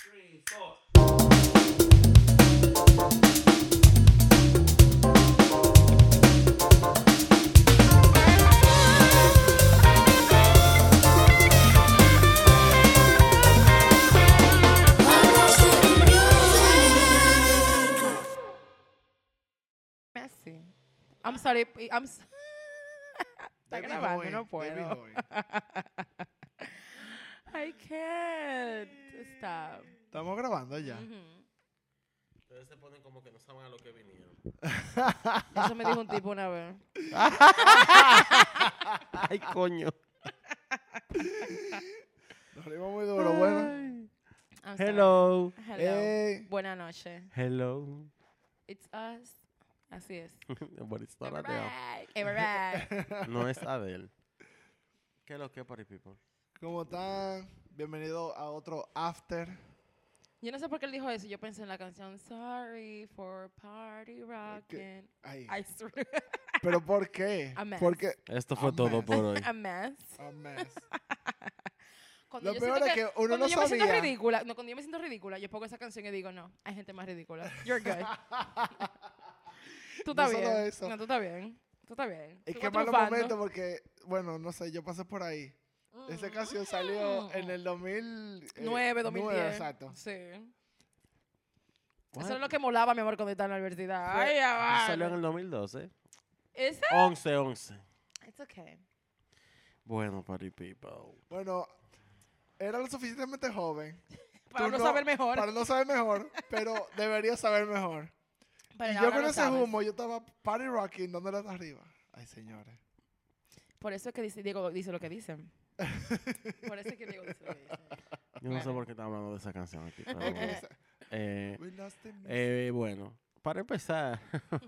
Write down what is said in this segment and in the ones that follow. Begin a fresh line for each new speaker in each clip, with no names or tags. three, four.
Messy. I'm sorry. p- I'm. s- Está
Debí
grabando,
joven,
no
debí
puedo.
joven.
I can't. Stop. Mm-hmm.
Estamos grabando ya.
Ujú.
Ustedes se ponen como que no saben a lo que vinieron.
Eso me dijo un tipo una vez.
Ay, coño.
Nos rimos muy duro, bueno.
Ay. I'm sorry.
Hello.
Hello.
Eh,
Buenas noches.
Hello.
It's us. Así es.
But it's not
We're
Adele.
back. and we're back.
No es Adele. ¿Qué es lo que es, Party People?
¿Cómo están? Bienvenido a otro after.
Yo no sé por qué él dijo eso. Yo pensé en la canción Sorry for Party Rocking.
Ahí.
I swear.
¿Pero por qué?
A mess.
Porque.
Esto fue
Ah,
todo
man.
por hoy.
A mess.
A mess.
Cuando
Lo
yo
peor
siento
es que uno
cuando
no
yo me siento
sabía.
ridícula, no, cuando yo me siento ridícula, yo pongo esa canción y digo, no, hay gente más ridícula. You're good. tú
No
estás
solo
bien.
eso.
No, tú estás bien. Tú estás bien.
Es
Tú
que
vas
malo
triunfando. Mm.
momento porque, bueno, no sé, yo pasé por ahí.
Ah.
Esa canción salió en el 2009.
9, 2010.
Exacto.
Sí. Eso es lo que molaba, mi amor, cuando estaba en la universidad.
Fue-
Ay, ya va.
Salió en el 2012.
Esa.
11, 11.
It's okay.
Bueno, Party People.
Bueno, era lo suficientemente joven
Para
Tú
no
no-
saber mejor.
para no saber mejor, pero debería saber mejor.
Pero
y yo
ahora
con
lo
ese
sabes.
humo, yo estaba party rocking, dándole hasta arriba. Ay, señores.
Por eso es que dice, Diego dice lo que dicen. Por eso es que Diego dice lo que dicen.
Yo no sé
Claro.
por qué está hablando de esa canción aquí. pero
Ok,
bueno.
esa-
Eh,
We lost the music.
eh, bueno, para empezar,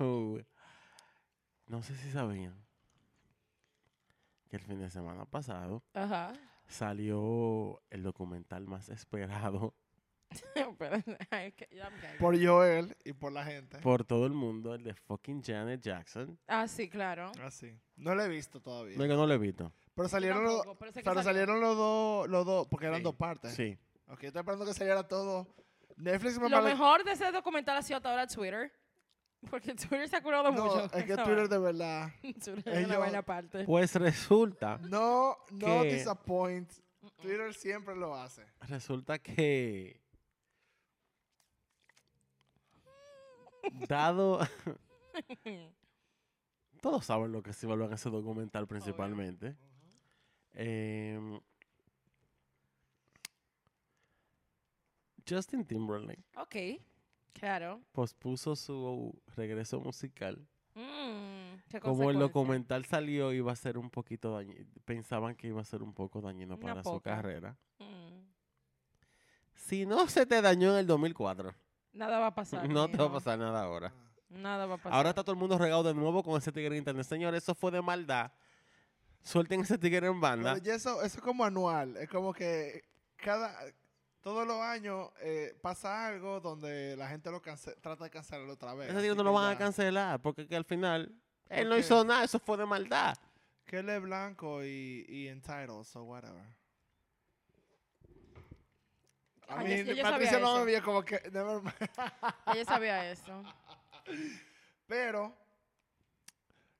no sé si sabían que el fin de semana pasado
Ajá.
salió el documental más esperado
Pero, ay, que- ya me caigo.
por Joel y por la gente.
por todo el mundo, el de fucking Janet Jackson.
Ah, sí, claro.
Así. No lo he visto todavía.
No, yo no lo he visto.
Pero salieron los
tampoco, pero sé que
pero
salió.
salieron los dos, los dos, porque eran
Sí,
dos partes.
Sí.
Ok, yo estoy esperando que saliera todo. Netflix me
Lo
pare-
mejor de ese documental ha sido hasta ahora Twitter. Porque Twitter se ha curado
No,
mucho.
es que Twitter de verdad.
Twitter es una
ellos-
buena parte.
Pues resulta,
No, no
¿Qué?
disappoint.
Mm, mm.
Twitter siempre lo hace.
resulta que dado todos saben lo que se evalúa en ese documental principalmente. Em, Justin Timberlake
Ok, claro.
pospuso su regreso musical.
Mm, ¿qué
Como el
consecuencia?
documental salió, iba a ser un poquito dañino. Pensaban que iba a ser un poco dañino
Una
para su
poca.
carrera.
Mm,
Si no se te dañó en el 2004,
Nada va a pasar.
no te va a
mijo.
pasar nada ahora.
Nada va a pasar.
Ahora está todo el mundo regado de nuevo con ese tigre en internet. Señor, eso fue de maldad. Suelten ese tigre en banda.
Pero ya eso, eso es como anual. Es como que cada todos los años eh, pasa algo donde la gente lo cance- trata de cancelarlo otra vez.
Ese tigre
así
no lo
que
van a
ya.
cancelar porque es que al final él no
Ok.
hizo nada, eso fue de maldad.
Que él es blanco y, y entitled, so whatever. A
Ah,
mí,
yo- yo- yo
Patricia
sabía
no
eso.
me veía como que, never mind.
Ella sabía eso.
Pero,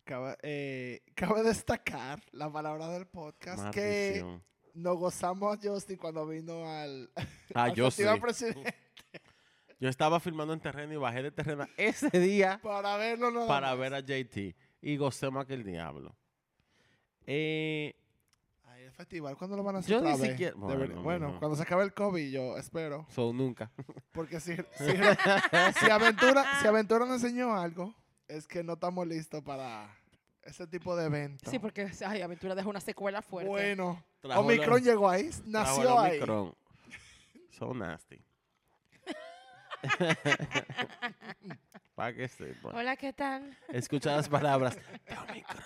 cabe, eh, cabe destacar la palabra del podcast que
Maldición.
nos gozamos a Justin cuando vino al,
Ah,
al
yo sí.
sorteo al presidente
Yo estaba filmando en terreno y bajé de terreno ese día
para verlo. nada
para
más.
ver a JT. Y gocé más que el diablo. Eh,
Ay, el festival, ¿cuándo lo van a hacer
Yo
otra
ni
vez?
siquiera-
Debería-
Bueno,
Bueno,
mijo.
cuando se acabe el COVID, yo espero.
so nunca.
Porque si, si, si Aventura, si Aventura nos enseñó algo, es que no estamos listos para ese tipo de eventos.
Sí, porque ay, Aventura dejó una secuela fuerte.
Bueno,
Trajo la-
Omicron llegó ahí, nació
Ahora
ahí.
Omicron. So nasty. para que sepa.
Hola, ¿qué tal?
Escucha las palabras de Omicron.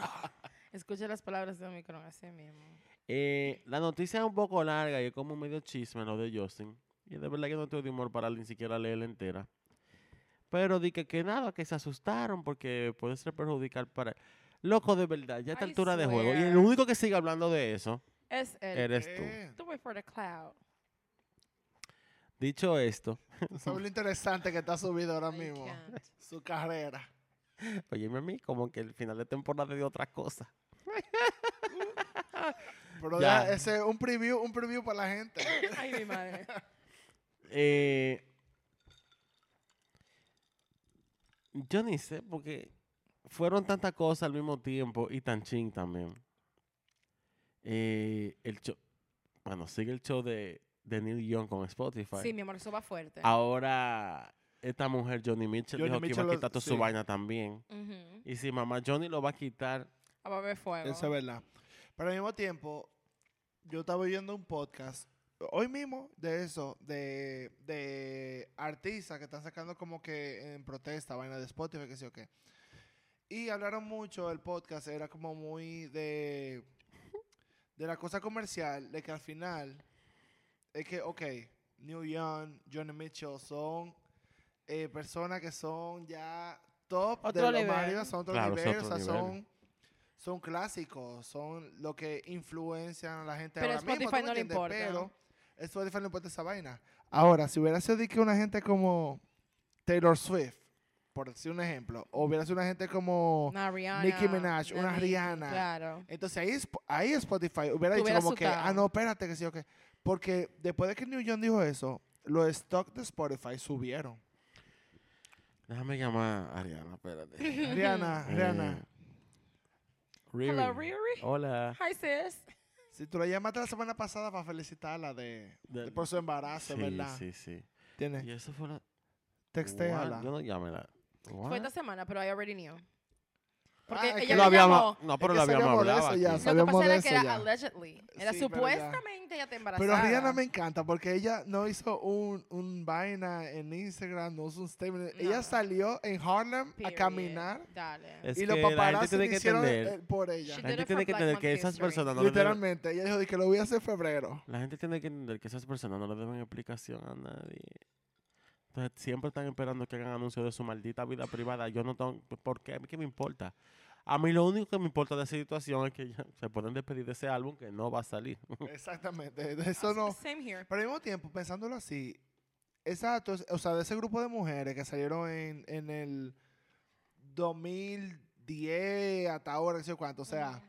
Escucha las palabras de Omicron, así mismo.
Eh, la noticia es un poco larga y es como medio chisme lo de Justin. Y de verdad que no estoy de humor para ni siquiera leerla entera. Pero di que, que nada, que se asustaron porque puede ser perjudicial para... Loco, de verdad, ya a esta
I
altura de juego. Y el
swear.
único que sigue hablando de eso
Es él.
eres tú.
Eh,
Do it for the cloud.
Dicho esto,
Tú sabes lo interesante que está su vida ahora
I
Ah, mismo.
can't.
Su carrera.
óyeme a mí, como que el final de temporada dio otra cosa.
Pero
Ya.
ya, ese es un preview, un preview para la gente.
Ay, mi madre.
Eh, yo ni sé, porque fueron tantas cosas al mismo tiempo y tan ching también. Eh, el show, bueno, sigue el show de, de Neil Young con Spotify.
Sí, mi amor, eso va fuerte.
Ahora, esta mujer, Johnny Mitchell,
Johnny
dijo que
Mitchell
iba
lo-
a quitar toda su
sí.
vaina también.
Ujú.
Y si mamá Johnny lo va a quitar,
Ah, Va a haber fuego.
Eso es verdad. Pero al mismo tiempo, yo estaba oyendo un podcast hoy mismo de eso, de, de artistas que están sacando como que en protesta, vaina de Spotify, que sé yo qué. Y hablaron mucho, el podcast era como muy de, de la cosa comercial, de que al final, es que, ok, New Young, Johnny Mitchell son eh, personas que son ya top
Otro
de los
nivel.
más arriba, son otro
Claro, son
nivel, o
otro
sea,
nivel.
son son clásicos, son lo que influencian a la gente
Pero
ahora mismo,
Spotify
¿tú me
no le
entiendes?
importa.
Pero Spotify no le importa esa vaina. Ahora, si hubiera sido de que una gente como Taylor Swift, por decir un ejemplo, o hubiera sido una gente como...
Una Rihanna.
oh, Nicki Minaj,
una
una
Nicki,
Rihanna.
Claro.
Entonces ahí, Sp- ahí Spotify hubiera
Te
dicho
hubiera
como que,
asustado.
ah, no, espérate, que sí o que... Porque después de que New John dijo eso, los stocks de Spotify subieron.
déjame llamar a Ariana, espérate.
Rihanna,
Eh,
Rihanna,
Riri.
Hello, Riri.
Hola.
Hi, sis.
si tú la llamaste la semana pasada para felicitarla de,
De-
de- por su embarazo,
sí,
¿verdad?
sí, sí.
Tienes,
Y eso fue la...
textéala.
What? Yo no llamé la...
Fue
What?
esta semana, pero I already knew. Porque
Ah, es que
ella
lo
me llamó.
No, pero
que
lo habíamos
sabíamos de
hablado
eso
aquí.
ya, sí.
Lo que
Sabíamos
pasa era
de
que
eso
era
ya.
allegedly. Era
Sí, pero ya.
supuestamente ya te embarazada.
Pero Rihanna me encanta porque ella no hizo un, un vaina en Instagram, no hizo un statement.
No.
Ella salió en Harlem
Period.
a caminar
Dale.
Es
y
que
los
la gente
paparazzi
tiene que
hicieron
entender...
eh, por ella.
She
La
did
gente
it
tiene
for
que
Black
entender
Month
que esas
History.
personas no le deben,
Literalmente, ella dijo de que lo voy a hacer en febrero.
la gente tiene que entender que esas personas no le deben explicación a nadie. Entonces siempre están esperando que hagan anuncios de su maldita vida privada. Yo no tengo por qué, a mí qué me importa. A mí lo único que me importa de esa situación es que ya se pueden despedir de ese álbum que no va a salir.
Exactamente, de eso no.
Same here.
Pero al mismo tiempo, pensándolo así, exacto, o sea, de ese grupo de mujeres que salieron en, en el 2010 hasta ahora, no sé cuánto, o sea,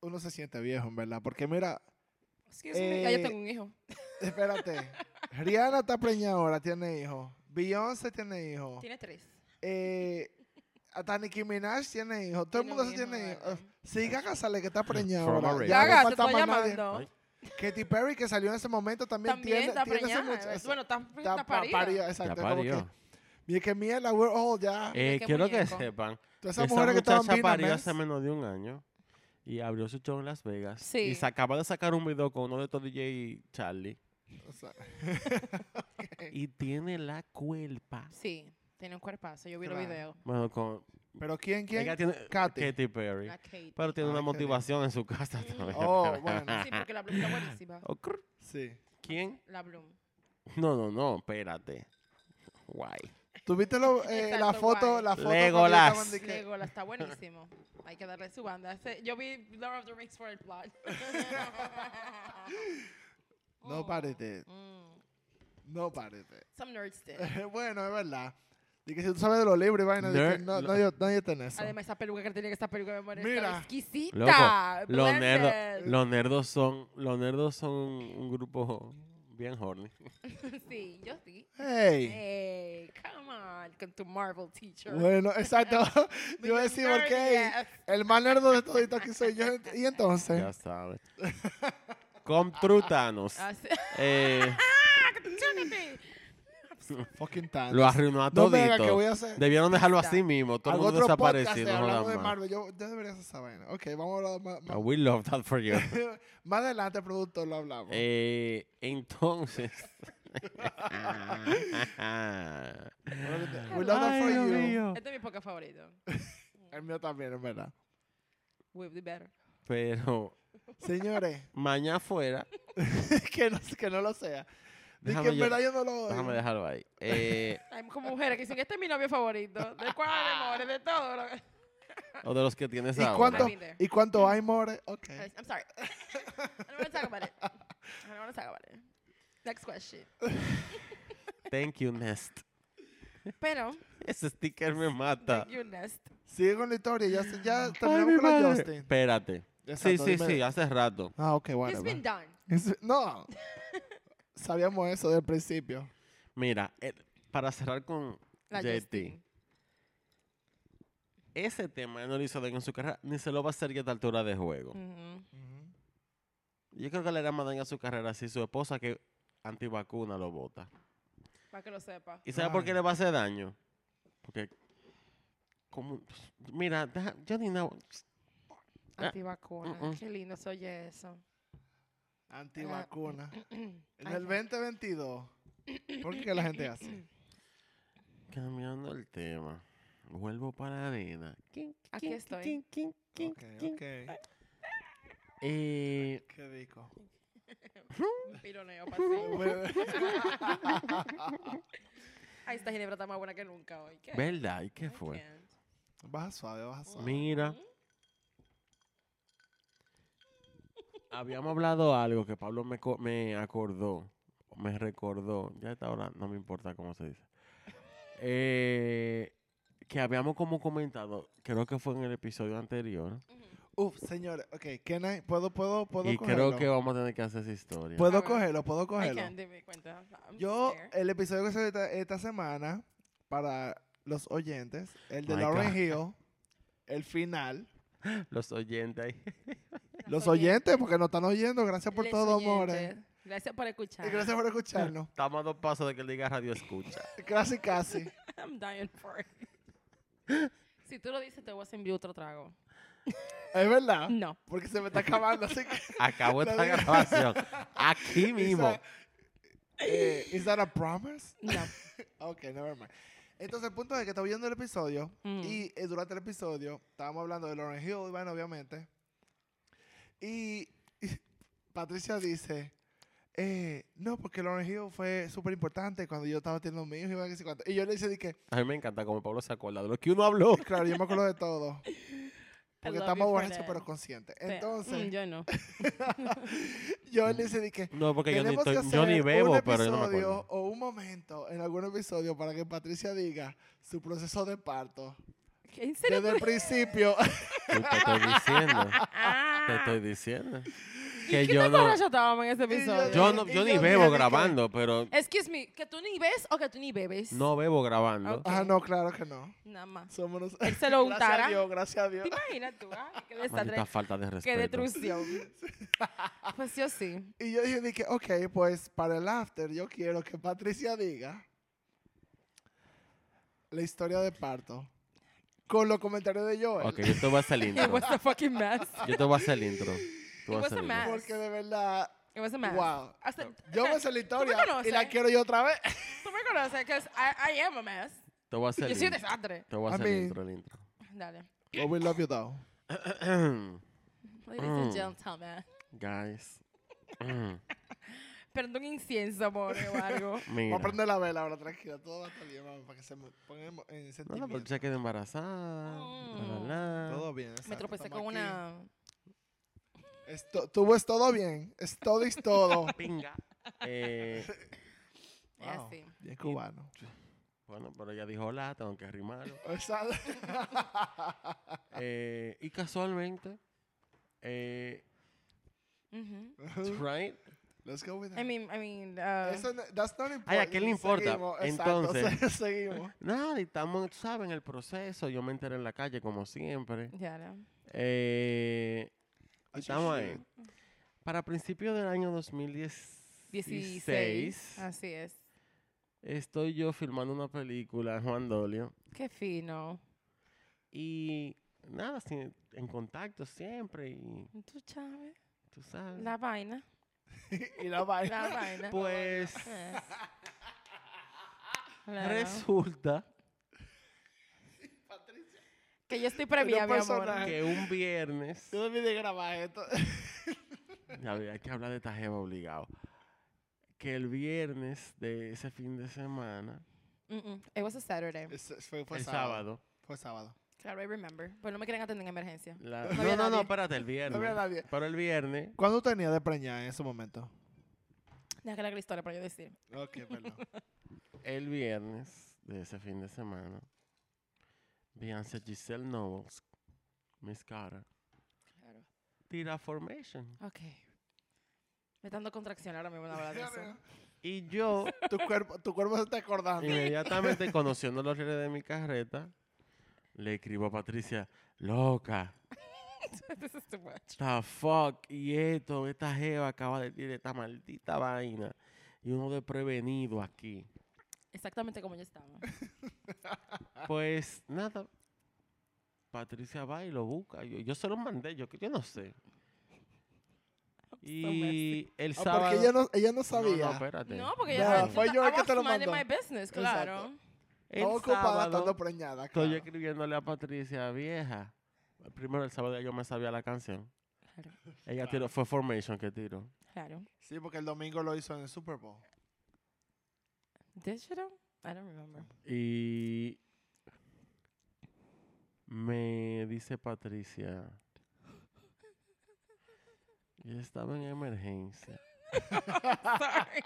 uno se siente viejo, en verdad, porque mira,
Excuse me. Ya yo
eh,
tengo un hijo.
Espérate. Rihanna está preñada ahora, tiene hijos. Beyoncé tiene hijos.
Tiene tres.
Eh, hasta Nicki Minaj tiene hijos. Todo
Tiene
el mundo
un
se
hijo,
tiene
¿verdad?
hijos. Siga Casale que está preñada
From
ahora.
already.
Ya no
Gaga, te
falta
estoy
más nadie.
llamando.
Ay,
Katy Perry, que salió en ese momento, también,
También
tiene,
está
tiene ese
preñada.
mucho- esa-
bueno, está,
está
está
pa-
parida.
parida,
ya
exacto. como
parió.
que- Y es que mierda, we're old
Mira
ya.
Eh,
qué
quiero que
muñeco.
sepan,
Todas
esa
esas mujeres que estaban
muchacha parió
vinas.
hace menos de un año y abrió su show en Las Vegas.
Sí.
Y se acaba de sacar un video con uno de estos DJ Charlie.
O sea,
Y tiene la culpa.
Sí, tiene un cuerpazo. Yo vi los
Claro.
videos.
Bueno, con...
Pero ¿quién,
Ella
quién?
tiene...
Katy.
Katy Perry.
La Katy.
Pero tiene
Ah,
una
qué bien.
motivación en su casa también.
Oh, bueno.
Sí, porque la Bloom está buenísima.
O cr-
Sí.
¿Quién?
La Bloom.
No, no, no, espérate. Guay.
¿Tuviste lo- eh, la
Exacto,
foto?
guay.
La foto cuando
Legolas.
estaban de que-
Legolas está buenísimo. Hay que darle su banda. Ese- yo vi Lord of the Rings for el plot.
No párete,
Mm.
no párete.
Some nerds did.
bueno, es verdad. Y que si tú sabes de los libros y vaina, de que
Nerd,
no,
lo-
nadie, nadie tiene eso.
Además, esa peluca que tenía que esta peluca me molesta.
Mira.
Exquisita.
Loco, los
blended.
nerdos, los nerdos son, los nerdos son un grupo bien horny.
Sí, yo sí.
Hey.
Hey, come on, con tu Marvel teacher.
Bueno, exacto. yo iba a decir,
Nerd,
porque hey,
yes.
el más nerdo de todito aquí soy yo. Y entonces,
Ya sabes. Con Trutanos.
Así- Ah,
eh,
Opportunity.
fucking Thanos.
lo arruinó a
No me hagas que
todito.
voy a hacer.
Debieron dejarlo
Está.
así mismo. Todo el
Hago
mundo
otro podcast
desaparecido.
de
no
hablando de
jodan más.
Marvel. Yo, yo debería hacer esa vaina. Ok, vamos a hablar más,
Ah,
más,
We love that for you.
más adelante, producto, lo hablamos.
Ah, Eh, entonces.
We love that for
Ay, Dios
you.
mío.
Este es mi poca favorito.
El mío también, es verdad.
We'll be better.
Pero
Señores,
mañana fuera,
que, no, que no lo sea. Dije
Déjame
que en
yo-
verdad yo no lo odio.
déjame dejarlo ahí. Eh,
Hay como mujeres que dicen, este es mi novio favorito. ¿De cuál amores? De todo. lo que-".
o de los que tienes
¿Y
ahora.
cuánto,
I've been there.
¿Y cuánto hay, More? Ok.
I'm sorry. I don't want to talk about it. I don't want to talk about it. Next question.
Thank you, Nest.
Pero,
Ese sticker me mata.
thank you, Nest.
Sigue con la historia. Ya, se- ya terminamos
Ay, mi
con la
madre.
Justin.
Espérate. Sí,
Exacto,
sí,
dime-
sí, hace rato.
Ah, ok,
It's
bueno.
been done.
Es- No. Sabíamos eso del principio.
Mira, eh, para cerrar con
La
Jetty.
Justin.
Ese tema él no lo hizo bien en su carrera, ni se lo va a hacer ya a esta altura de juego.
Ujú.
Yo creo que le hará más daño a su carrera si su esposa, que antivacuna, lo vota.
Para que lo sepa.
¿Y sabe por qué
Ay.
le va a hacer daño? Porque. Como, mira, deja- yo ni nada. Ah,
Antivacuna.
mm, mm.
Qué lindo se oye eso.
Antivacuna. En
Ay,
el
no.
2022. ¿Por qué que la gente hace?
Cambiando el tema. Vuelvo para la arena. Quin,
Aquí
quin,
estoy.
quin, quin, quin,
Ok,
quin.
ok.
Eh,
Qué rico.
Un pironeo para ti. Ay, esta ginebra está más buena que nunca hoy. ¿Qué?
¿Verdad? ¿Y
I
qué fue?
can't.
baja suave, baja
Mm-hmm.
suave.
Mira. Habíamos hablado algo que Pablo me, co- me acordó. Me recordó. Ya está ahora, no me importa cómo se dice. Eh, que habíamos como comentado, creo que fue en el episodio anterior.
Uf, señores. Ok, can I- ¿Puedo, puedo, puedo
Y
cogerlo?
creo que vamos a tener que hacer esa historia.
Puedo
A ver.
cogerlo, puedo
I
cogerlo.
can't, dime cuenta. I'm
Yo, eh,
scared.
el episodio que se esta, esta semana, para los oyentes, el de
My
Lauren
God.
Hill, el final.
Los oyentes ahí.
Las
Los
oyentes.
oyentes, porque nos están oyendo. Gracias por
Les
todo, amores.
oyentes. Gracias por escuchar.
Y gracias por escucharnos.
Estamos a dos pasos de que él diga radio escucha.
Casi, casi.
I'm dying for it. si tú lo dices, te voy a servir otro trago.
Es verdad.
No.
Porque se me está acabando, así que...
Acabó
La
esta
diga-
grabación. Aquí
Is
mismo.
that, eh, is that a promise?
No.
Ok, never mind. Entonces, el punto es que estaba viendo el episodio
Mm.
y eh, durante el episodio estábamos hablando de Lauren Hill, y bueno, obviamente. Y, y Patricia dice, eh, no, porque Lauren Hill fue súper importante cuando yo estaba teniendo mi hijo y, vaina que sé cuánto. y yo le dije, di que,
A mí me encanta como Pablo se acuerda de lo que uno habló.
claro, yo me acuerdo de todo. Porque
love you
estamos
for
borrachos
that.
pero conscientes.
Te- mm,
Entonces,
yo no.
yo le dije, di que,
No, porque yo ni,
Tenemos que
estoy- yo ni
hacer
bebo,
un
pero yo no me
episodio
acuerdo.
O un momento en algún episodio para que Patricia diga su proceso de parto.
¿Qué, ¿En serio?
Desde el principio.
Tú te estoy diciendo.
Ah.
Te estoy diciendo.
¿Y
Que
qué
yo
tan
no.
borracho estábamos en ese
yo
episodio?
Yo, no,
Y
yo
yo
ni
dije
bebo
de que-
grabando, pero
Excuse me, ¿que tú ni ves o que tú ni bebes?
no bebo grabando.
Ok.
ah, no, claro que no.
Nada más.
Somos nos-
Él se lo
Gracias a
untara.
Dios, gracias a Dios.
¿Te imaginas tú? Ah, Ay, qué desastre.
Maldita falta de
Qué
respeto.
destrucción. pues yo sí.
Y yo dije, dije, ok, pues para el after yo quiero que Patricia diga la historia de parto con los comentarios de Joel.
Ok, yo te voy a hacer el
It
intro.
was a fucking mess.
Yo te voy a hacer el intro. Tú vas a
was
hacer
a
el
mess.
intro.
Porque de verdad,
It was a mess.
wow.
Hasta-
Yo
o sea,
me sé la historia y la
conoces.
quiero yo otra vez.
Tú me conoces, because I, I am a mess.
Te voy a hacer
Yo
el
soy un
intro.
desastre.
Te voy a
I
hacer el
mean-
intro, el intro.
Dale.
But we love you though.
Ladies
Mm.
and gentlemen.
Guys. Mm,
Prende un incienso, amor, o algo.
Mira.
Vamos a prender la vela ahora, tranquila. Todo va a estar bien, vamos, para que se me ponga en- en
No, no,
sentimiento.
pero ya quedé embarazada. la,
Mm.
la, la.
Todo bien.
Me
exacto,
tropecé
estamos
con
aquí.
una...
Esto, tú es todo bien. Es todo es todo.
Pinga. Eh,
Es
Wow,
así.
Bien cubano.
bueno, pero ella dijo hola, tengo que rimarlo.
O sea,
Eh, y casualmente, eh,
Ujú.
right?
Let's go with that.
I mean, I mean... uh,
Eso no, that's not important.
Ay, ¿a qué le importa?
Seguimos, Exacto,
Entonces.
seguimos.
Nada, y estamos, saben, el proceso. Yo me enteré en la calle, como siempre.
ya, ¿no?
Eh, y
Ah,
estamos
sí,
ahí. Para principios del año 2016,
16. Así es.
estoy yo filmando una película, Juan Dolio.
Qué fino.
Y nada, si- en contacto siempre. Y
Tú, Chávez.
tú sabes.
La vaina.
sí. y la vaina.
La vaina.
pues
Eh. Claro.
resulta
Que yo estoy previa, mi amor.
Los personajes.
que un viernes.
Yo debí de grabar esto.
Ya, Hay que hablar de esta jeva obligado. Que el viernes de ese fin de semana,
Mm-mm. It was a Saturday.
Es- fue, fue
el sábado,
Fue sábado.
Claro, I remember. Pues no me quieren atender en emergencia.
la-
No
no,
había
no, no,
nadie.
espérate, el viernes.
No había nadie.
Pero el viernes,
¿Cuándo tenía de preñada en ese momento?
Deja que la haga la historia para yo decir.
Ok, perdón.
El viernes de ese fin de semana, Beyoncé Giselle Knowles, Miss Carter,
Claro.
tira Formation.
Ok. Me está dando contracción ahora mismo en hablar de eso.
Y yo,
tu, cuerpo, tu cuerpo se está acordando.
inmediatamente conociendo los rieles de mi carreta, le escribo a Patricia, loca,
This is too much.
the fuck, y esto, esta jeva acaba de tirar esta maldita vaina. Y uno de prevenido aquí.
Exactamente como yo estaba.
Ah.
Pues nada. Patricia va y lo busca. Yo, yo se lo mandé, yo, que- yo no sé. Y el
Ah,
sábado.
porque ella no, ella no
No, no,
sabía.
espérate.
No, porque
No,
ya
fue yo el que te lo
mandé.
mandó.
my business, claro.
El
Estaba ocupada,
sábado
estando preñada.
estoy
claro.
escribiéndole a Patricia vieja. Primero el sábado ya yo me sabía la canción.
Claro.
Ella tiró, fue Formation que tiró.
Claro.
Sí, porque el domingo lo hizo en el Super Bowl.
Did she though? I don't remember.
Y me dice Patricia, yo estaba en emergencia.
Sorry.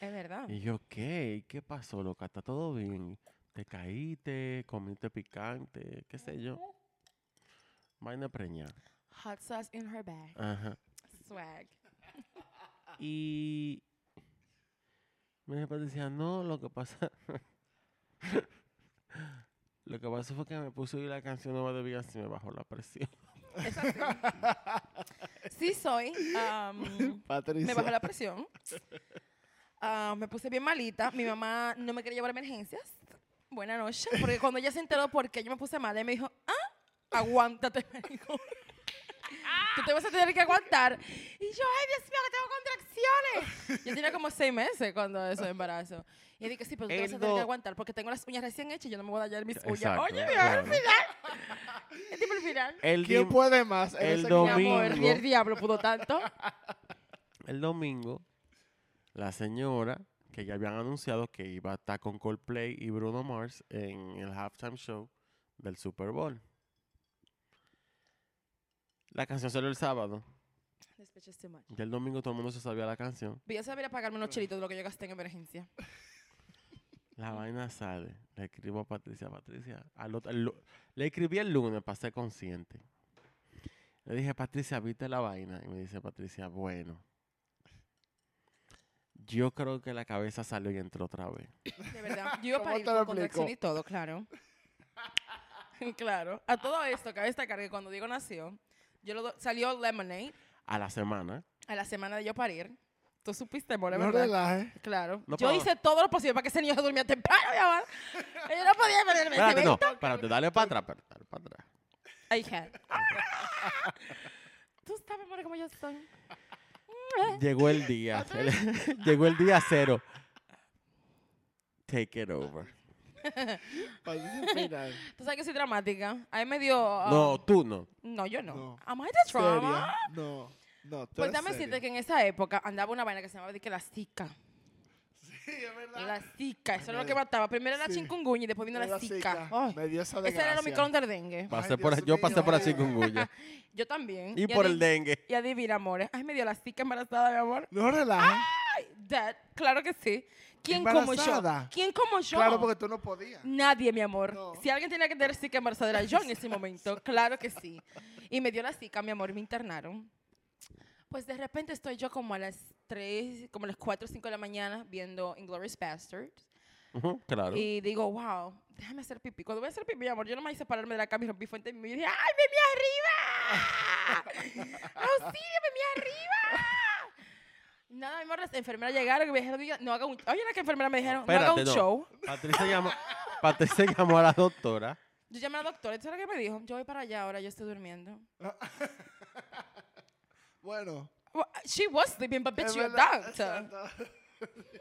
es verdad.
Y yo, ¿qué? ¿Qué pasó, loca? ¿Está todo bien? ¿Te caíste? ¿Comiste picante? ¿Qué sé yo? Vaina preñada.
Hot sauce in her bag.
Ajá.
Swag.
Y mi jefa decía, no, lo que pasa... lo que pasó fue que me puso a oír la canción nueva de Beyoncé y me bajó la presión.
Es así. sí soy. um,
Patricia.
me bajó la presión. Ah, me puse bien malita. Mi mamá no me quería llevar a emergencias. Buena noche. Porque cuando ella se enteró por qué yo me puse mal, ella me dijo, ah, aguántate, me dijo. Tú te vas a tener que aguantar. Y yo, ay, Dios mío, que tengo contracciones. Yo tenía como seis meses cuando eso de embarazo. Y ella dijo, sí, pero tú te
El
vas a tener que
do-
aguantar porque tengo las uñas recién hechas y yo no me voy a dañar mis uñas.
Exacto,
Oye, me va
claro.
al final. Es tipo el final.
El,
¿Quién
dim-
puede más? en
el
ese
Mi amor, ni
Domingo.
el diablo pudo tanto.
el domingo, la señora, que ya habían anunciado que iba a estar con Coldplay y Bruno Mars en el halftime show del Super Bowl. La canción salió el sábado.
This bitch is too much.
Ya el domingo todo el mundo se sabía la canción.
Voy a saber a pagarme unos chelitos de lo que yo gasté en emergencia.
La vaina sale. Le escribo a Patricia. Patricia, al otro- el lu- le escribí el lunes para ser consciente. Le dije, Patricia, ¿viste la vaina? Y me dice Patricia, bueno. Yo creo que la cabeza salió y entró otra vez.
De verdad. Yo iba a
¿Cómo
parir
te lo
con contracción
explico?
y todo, claro. claro. A todo esto, cabe destacar que cuando Diego nació, yo lo do- salió Lemonade
A la semana.
a la semana de yo parir. Tú supiste, more,
No
¿verdad?
relaje.
Claro.
No
yo
puedo.
hice todo lo posible para que ese niño se durmiera temprano, mi amor. Yo no podía perderme ese
Espérate, no,
evento.
espérate, dale para atrás, espérate, dale para atrás.
Ay, hija. Tú sabes, more, cómo yo estoy.
Llegó el día, el- llegó el día cero. Take it over.
Patricia final.
Tú sabes que soy dramática. A mí me dio... ah,
No, tú no.
No, yo no.
No.
Am I the trauma?
Seria. No. No, tú
Pues
eres
déjame
seria.
decirte que en esa época andaba una vaina que se llamaba de que la zika.
Sí, es verdad.
La zika, eso era lo
me-
que mataba. Primero era la
sí.
chikungunya y después vino la, zika. Ay,
Me dio esa
Ese era el
desgracia.
omicron del dengue.
Pasé
Ay,
por,
Dios
yo pasé por la
mío.
chikungunya
Yo también.
y por
adi-
el dengue.
Y adivina, amores. Ay, me dio la zika embarazada, mi amor.
No relaje.
Ah, Dad, claro que sí. ¿Quién como yo?
Embarazada.
¿Quién como yo?
Claro, porque tú no podías.
Nadie, mi amor.
No.
Si alguien tenía que tener zika embarazada era yo en ese momento. Claro que sí. Y me dio la zika, mi amor, me internaron. Pues de repente estoy yo como a las 3, como a las 4 o 5 de la mañana viendo Inglourious Bastards.
Ujú, claro.
Y digo, wow, déjame hacer pipí. Cuando voy a hacer pipí, mi amor, yo no me hice pararme de la cama y rompí fuente. Y me dije, ¡ay, me mía arriba! ¡Auxilio, me mía arriba! Nada, mi amor, las enfermeras llegaron y me dijeron, "Diga, no haga un... Oye, la que enfermera me dijeron, no haga
Espérate,
un
no.
show.
Patricia llamó, Patricia llamó a la doctora.
Yo llamé a la doctora, ¿sabes qué me dijo? Yo voy para allá ahora, yo estoy durmiendo.
Bueno.
Well, she was sleeping, but bitch,
es
you're a
verdad,
doctor.
exacto.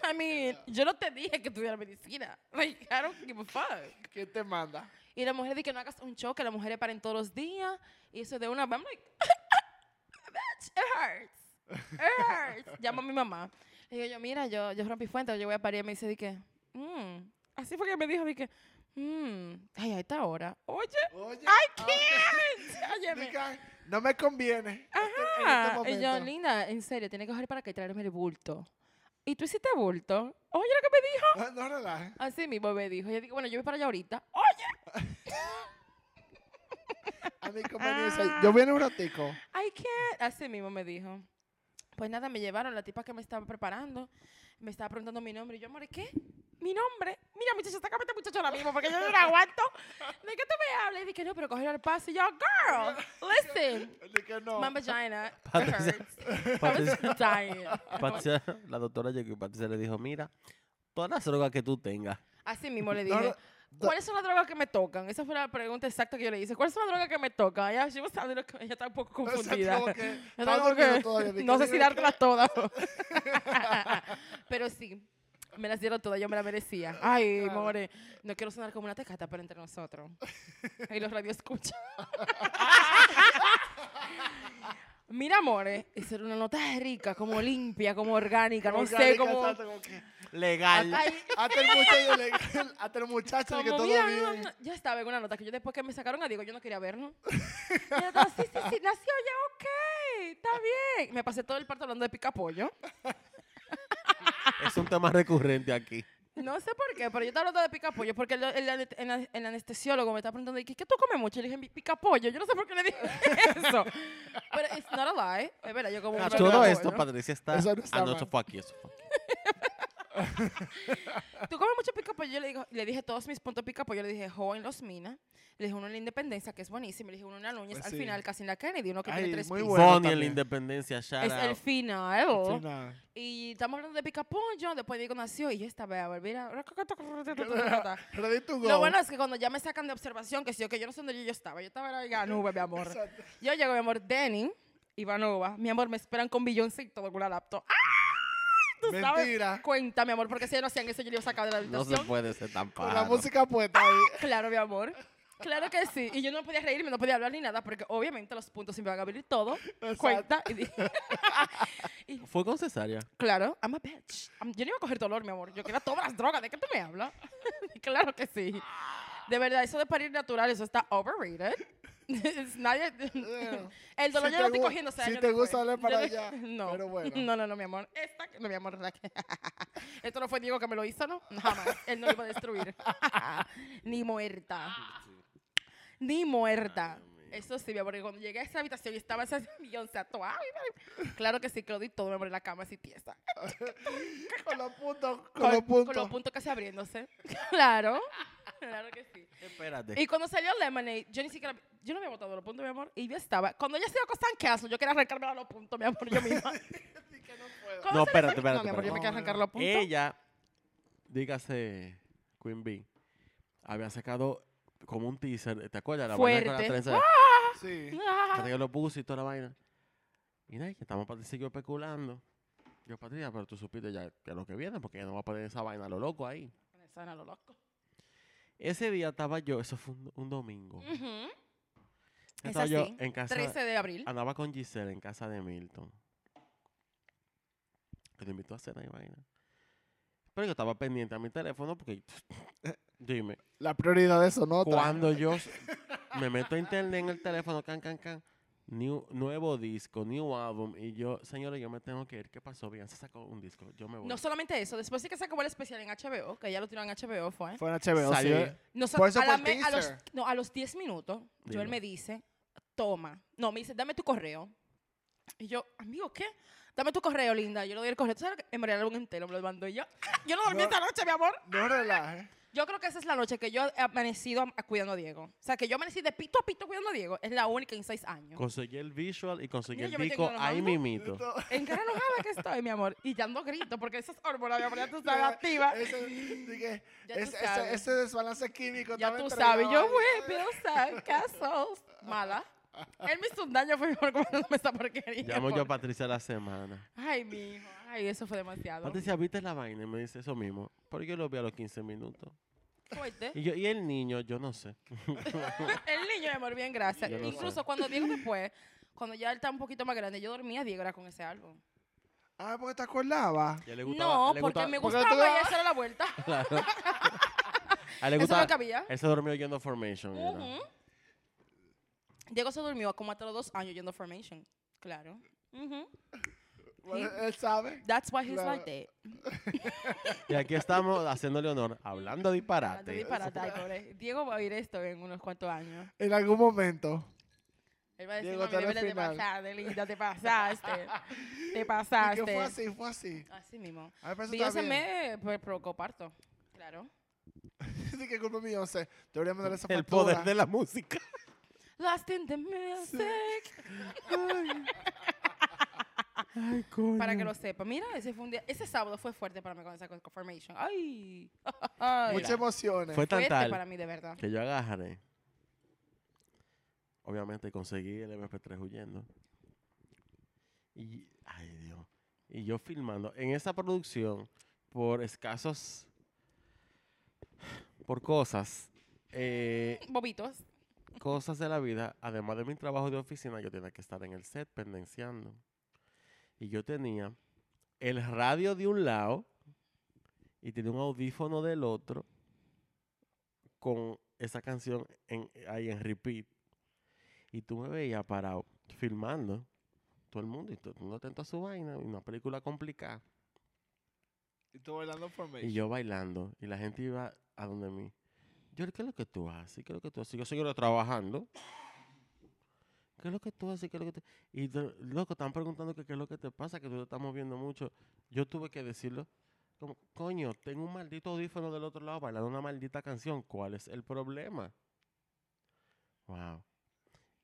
I mean, yo no te dije que estudiara medicina. Like, I don't give a fuck.
¿Quién te manda?
Y la mujer dice que no hagas un show, que las mujeres paren todos los días. Y eso de una vez, I'm like, bitch, it hurts. It hurts. Llamo a mi mamá. Le digo yo, mira, yo, yo rompí fuente, yo voy a parir. Y me dice, di que, mm. Así fue que me dijo, di que, mm, ay, a esta hora. Oye,
Oye.
I can't. Óyeme.
Diga, No me conviene. en este
Ajá. Ah, Y yo,
momento.
linda, en serio, tiene que coger para acá y traerme el bulto. ¿Y tú hiciste bulto? Oye, lo que me dijo.
No, no relajes.
Así mismo me dijo. Yo digo, bueno, yo voy para allá ahorita. Oye,
A mi
Ah.
compañero. Yo viene un ratico.
I can't. Así mismo me dijo. Pues nada, me llevaron la tipa que me estaba preparando. Me estaba preguntando mi nombre. Y yo, amor, ¿qué? ¿Mi nombre? Mira, muchacha, sácame a este muchacho ahora mismo porque yo no lo aguanto. ¿De qué tú me hablas? Y dije, no, pero coger el paso. Y yo, girl, listen.
De que no.
My vagina it
Patricia-
hurts. I was dying.
Patricia- la doctora llegó y Patricia le dijo, mira, todas las drogas que tú tengas.
Así mismo le
No,
dije.
no, do-
¿Cuáles son las drogas que me tocan? Esa fue la pregunta exacta que yo le hice. ¿Cuáles son las drogas que me tocan? Ella, she was sounding like- ella está un poco
o sea,
confundida.
como que
Yo
estaba
tengo que-
dormido todavía, de
no
que
sé si
digo que-
dártelas todas. pero sí, me las dieron todas, yo me las merecía. Ay,
Claro.
more, no quiero sonar como una tecata, pero entre nosotros. Y los radio escuchan. Mira, more, esa era una nota rica, como limpia, como orgánica, no sé,
orgánica,
como...
exacto, como que-
Legal.
Ay,
Hasta el muchacho, le- hasta el muchacho de que
Como,
todo
mira, mira,
bien.
mira, ya estaba en una nota que yo después que me sacaron a Diego, yo no quería verlo. Y ella estaba, sí, sí, sí, nació ya, ok, está bien. Me pasé todo el parto hablando de picapollo.
Es un tema recurrente aquí.
No sé por qué, pero yo estaba hablando de picapollo porque el, el ane- el ane- el anestesiólogo me estaba preguntando, ¿y qué, qué tú comes mucho? Y le dije, "Mi picapollo. Yo no sé por qué le dije eso. Pero it's not a lie. Es verdad, yo como
A
mucho
todo
picapollo.
esto, Patricia está...
Eso no está
ah, no,
mal.
eso fue aquí, eso fue aquí.
Tú comes mucho picapollo. Yo le, digo, le dije todos mis puntos de picapollo. Le dije, joven los minas. Le dije uno en la Independencia, que es buenísimo. Le dije uno en la Núñez.
Pues
al
sí.
final, casi en la Kennedy, uno que
Ay,
tiene tres
muy
pisos.
Bueno,
Bonnie en la
también.
independencia, shout
Es el
out.
final.
Sí, nada.
Y estamos hablando de picapollo. Después Diego nació y yo estaba, a ver, mira.
Ready to go.
Lo bueno es que cuando ya me sacan de observación, que si yo, que yo no sé dónde yo, yo estaba, yo estaba en la nube, mi amor.
Exacto.
Yo llego, mi amor, Denny, Ivanova, mi amor, me esperan con billoncito con una laptop. ¡Ah! ¿Tú
Mentira.
sabes? Cuenta, mi amor, porque si ellos no hacían eso, yo le iba a sacar de la
No se
habitación.
puede ser tan
Con la
pájaro.
música puesta ahí.
claro, mi amor. Claro que sí. Y yo no podía reírme, no podía hablar ni nada, porque obviamente los puntos se me van a abrir todo.
Exacto.
Cuenta. Y dije,
Fue con cesárea.
claro, I'm a bitch. I'm- yo no iba a coger dolor, mi amor. Yo quería todas las drogas. ¿De qué tú me hablas? claro que sí. De verdad, eso de parir natural, eso está overrated. Es- Nadie,
Bueno,
el dolor
si
ya
te
lo estoy
gu-
cogiendo. o sea,
si
yo
te
después.
gusta, dale para
Yo-
allá,
No,
pero bueno.
no, no, no, mi amor. Esta, no, mi amor, relax. Esto no fue Diego que me lo hizo, ¿no? Jamás. Él no lo iba a destruir. Ni muerta. Ni muerta. Eso sí, Ah, mi amor, que cuando llegué a esa habitación y estaba esa billonzato, ay, ay, claro que sí, que lo di todo, mi amor, en la cama así tiesa.
Con los puntos. Con los puntos.
Con los puntos casi abriéndose. Claro. Claro que sí.
Espérate.
Y cuando salió Lemonade, yo ni siquiera. Yo no había botado los puntos, mi amor. Y yo estaba. Cuando ya se dio con San Castle, yo quería arrancarme los puntos, mi amor, yo misma. Cuando
No,
salió
espérate,
San-
espérate,
No, mi amor,
espérate.
yo me quería arrancar los puntos.
Ella, dígase Queen Bee, había sacado como un teaser, ¿te acuerdas? La vaina con la
Fuerte.
trenza.
Sí.
Hasta yo lo puse y toda la vaina. Y nada, que estamos Patricia y yo especulando. Yo, Patricia, pero tú supiste ya que lo que viene, porque ella no va a poner esa vaina a lo loco ahí.
Suena lo loco.
Ese día estaba yo, eso fue un, un domingo.
Ujú. Es
Estaba yo
así,
en casa.
13 de abril.
Andaba con Giselle en casa de Milton. Que te invitó a cenar y vaina. Pero yo estaba pendiente a mi teléfono porque. Dime.
La prioridad de eso, ¿no?
Cuando yo s- me meto a internet en el teléfono, can, can, can. New, nuevo disco, new álbum. Y yo, señores, yo me tengo que ir. ¿Qué pasó? Bien, se sacó un disco. Yo me voy.
No solamente eso, después sí que se acabó el especial en HBO, que ya lo tiró en HBO, fue.
Fue en HBO,
Salió-
sí.
No sé,
Por eso
a,
fue
la
el
me- a los,
teaser.
no, a los 10 minutos,
Dilo.
Joel me dice, toma. No, me dice, dame tu correo. Y yo, amigo, ¿qué? Dame tu correo, linda. Yo le doy el correo. ¿Tú sabes lo que? Me moría el álbum entero, me lo mandó. Y yo, yo no dormí
No.
esta noche, mi amor.
No ¿eh? relajes.
Yo creo que esa es la noche que yo he amanecido am- cuidando a Diego. O sea, que yo amanecí de pito a pito cuidando a Diego. Es la única en seis años.
Conseguí el visual y conseguí
Mira, yo
el
me
disco
tengo
ahí
grabando.
mimito.
¿En qué relojada que estoy, mi amor? Y ya ando grito, porque esas hormonas, mi amor, ya tú sabes, activas.
Ese, dije,
Ya tú
ese- ese-
sabes.
ese desbalance químico.
Ya
estaba
tú
entre
sabes,
la
yo,
vaina.
güey, Bill Sam, Castles, mala. Él me hizo un daño, fue mejor comiéndome esa porquería.
Llamo yo
por-
a Patricia la semana.
Ay, mi hijo, ay, eso fue demasiado.
Patricia, ¿viste la vaina? Y me dice eso mismo. Porque yo lo vi a los 15 minutos.
Fuerte.
Y, yo, y el niño, yo no sé.
El niño, mi amor, bien, gracias.
Yo no
Incluso
sé.
cuando Diego después, cuando ya él está un poquito más grande, yo dormía, Diego era con ese álbum.
Ah, porque te acordabas.
Ya le
No,
le
porque me
porque
gustaba
tú-
y esa era la vuelta.
Claro. A él le
Eso
gustaba.
no cabía.
Él se durmió oyendo Formation. era.
Ujú. Diego se durmió como hasta los dos años yendo a Formation. Claro. Ujú.
Bueno, él sabe.
That's why he's
Claro.
like that.
Y aquí estamos haciéndole honor, hablando
Ah, de
disparate.
disparate, ay, pobre. Diego va a oír esto en unos cuantos años. En
En algún momento.
Él va a decir,
Diego,
mami,
está en el
debes de
final".
pasar, linda, te pasaste. te
Y
pasaste.
que fue así, fue así.
Así mismo.
A mí me parece que está
Beyoncé
bien.
me pues, provocó parto. Claro.
Dice que culpa mía, Beyoncé. Debería mandar esa
El
factura.
poder de la música.
Lost in the music.
Ay, coño.
Para que lo sepa. Mira, ese fue un día. Ese sábado fue fuerte para mí con esa confirmation. Ay. Ay.
Muchas
Mira,
emociones.
Fue tan
fuerte
tal.
para mí, de verdad.
que yo agarré. Obviamente conseguí el MP3 huyendo. Y, ay Dios. Y yo filmando en esa producción por escasos, por cosas, eh,
Bobitos.
cosas de la vida, además de mi trabajo de oficina, yo tenía que estar en el set pendenciando. Y yo tenía el radio de un lado y tenía un audífono del otro con esa canción en, ahí en repeat. Y tú me veías parado filmando todo el mundo y todo el mundo atento a su vaina, una película complicada.
Y tú bailando por mí.
Y yo bailando. Y la gente iba a donde mí. Yo, ¿qué es lo que tú haces? ¿Qué es lo que tú haces? Yo sigo trabajando. ¿Qué es lo que tú haces? ¿Qué es lo que tú-?" Y de- loco, están preguntando que qué es lo que te pasa, que tú te estás moviendo mucho. Yo tuve que decirlo. Como, coño, tengo un maldito audífono del otro lado bailando una maldita canción. ¿Cuál es el problema? Wow.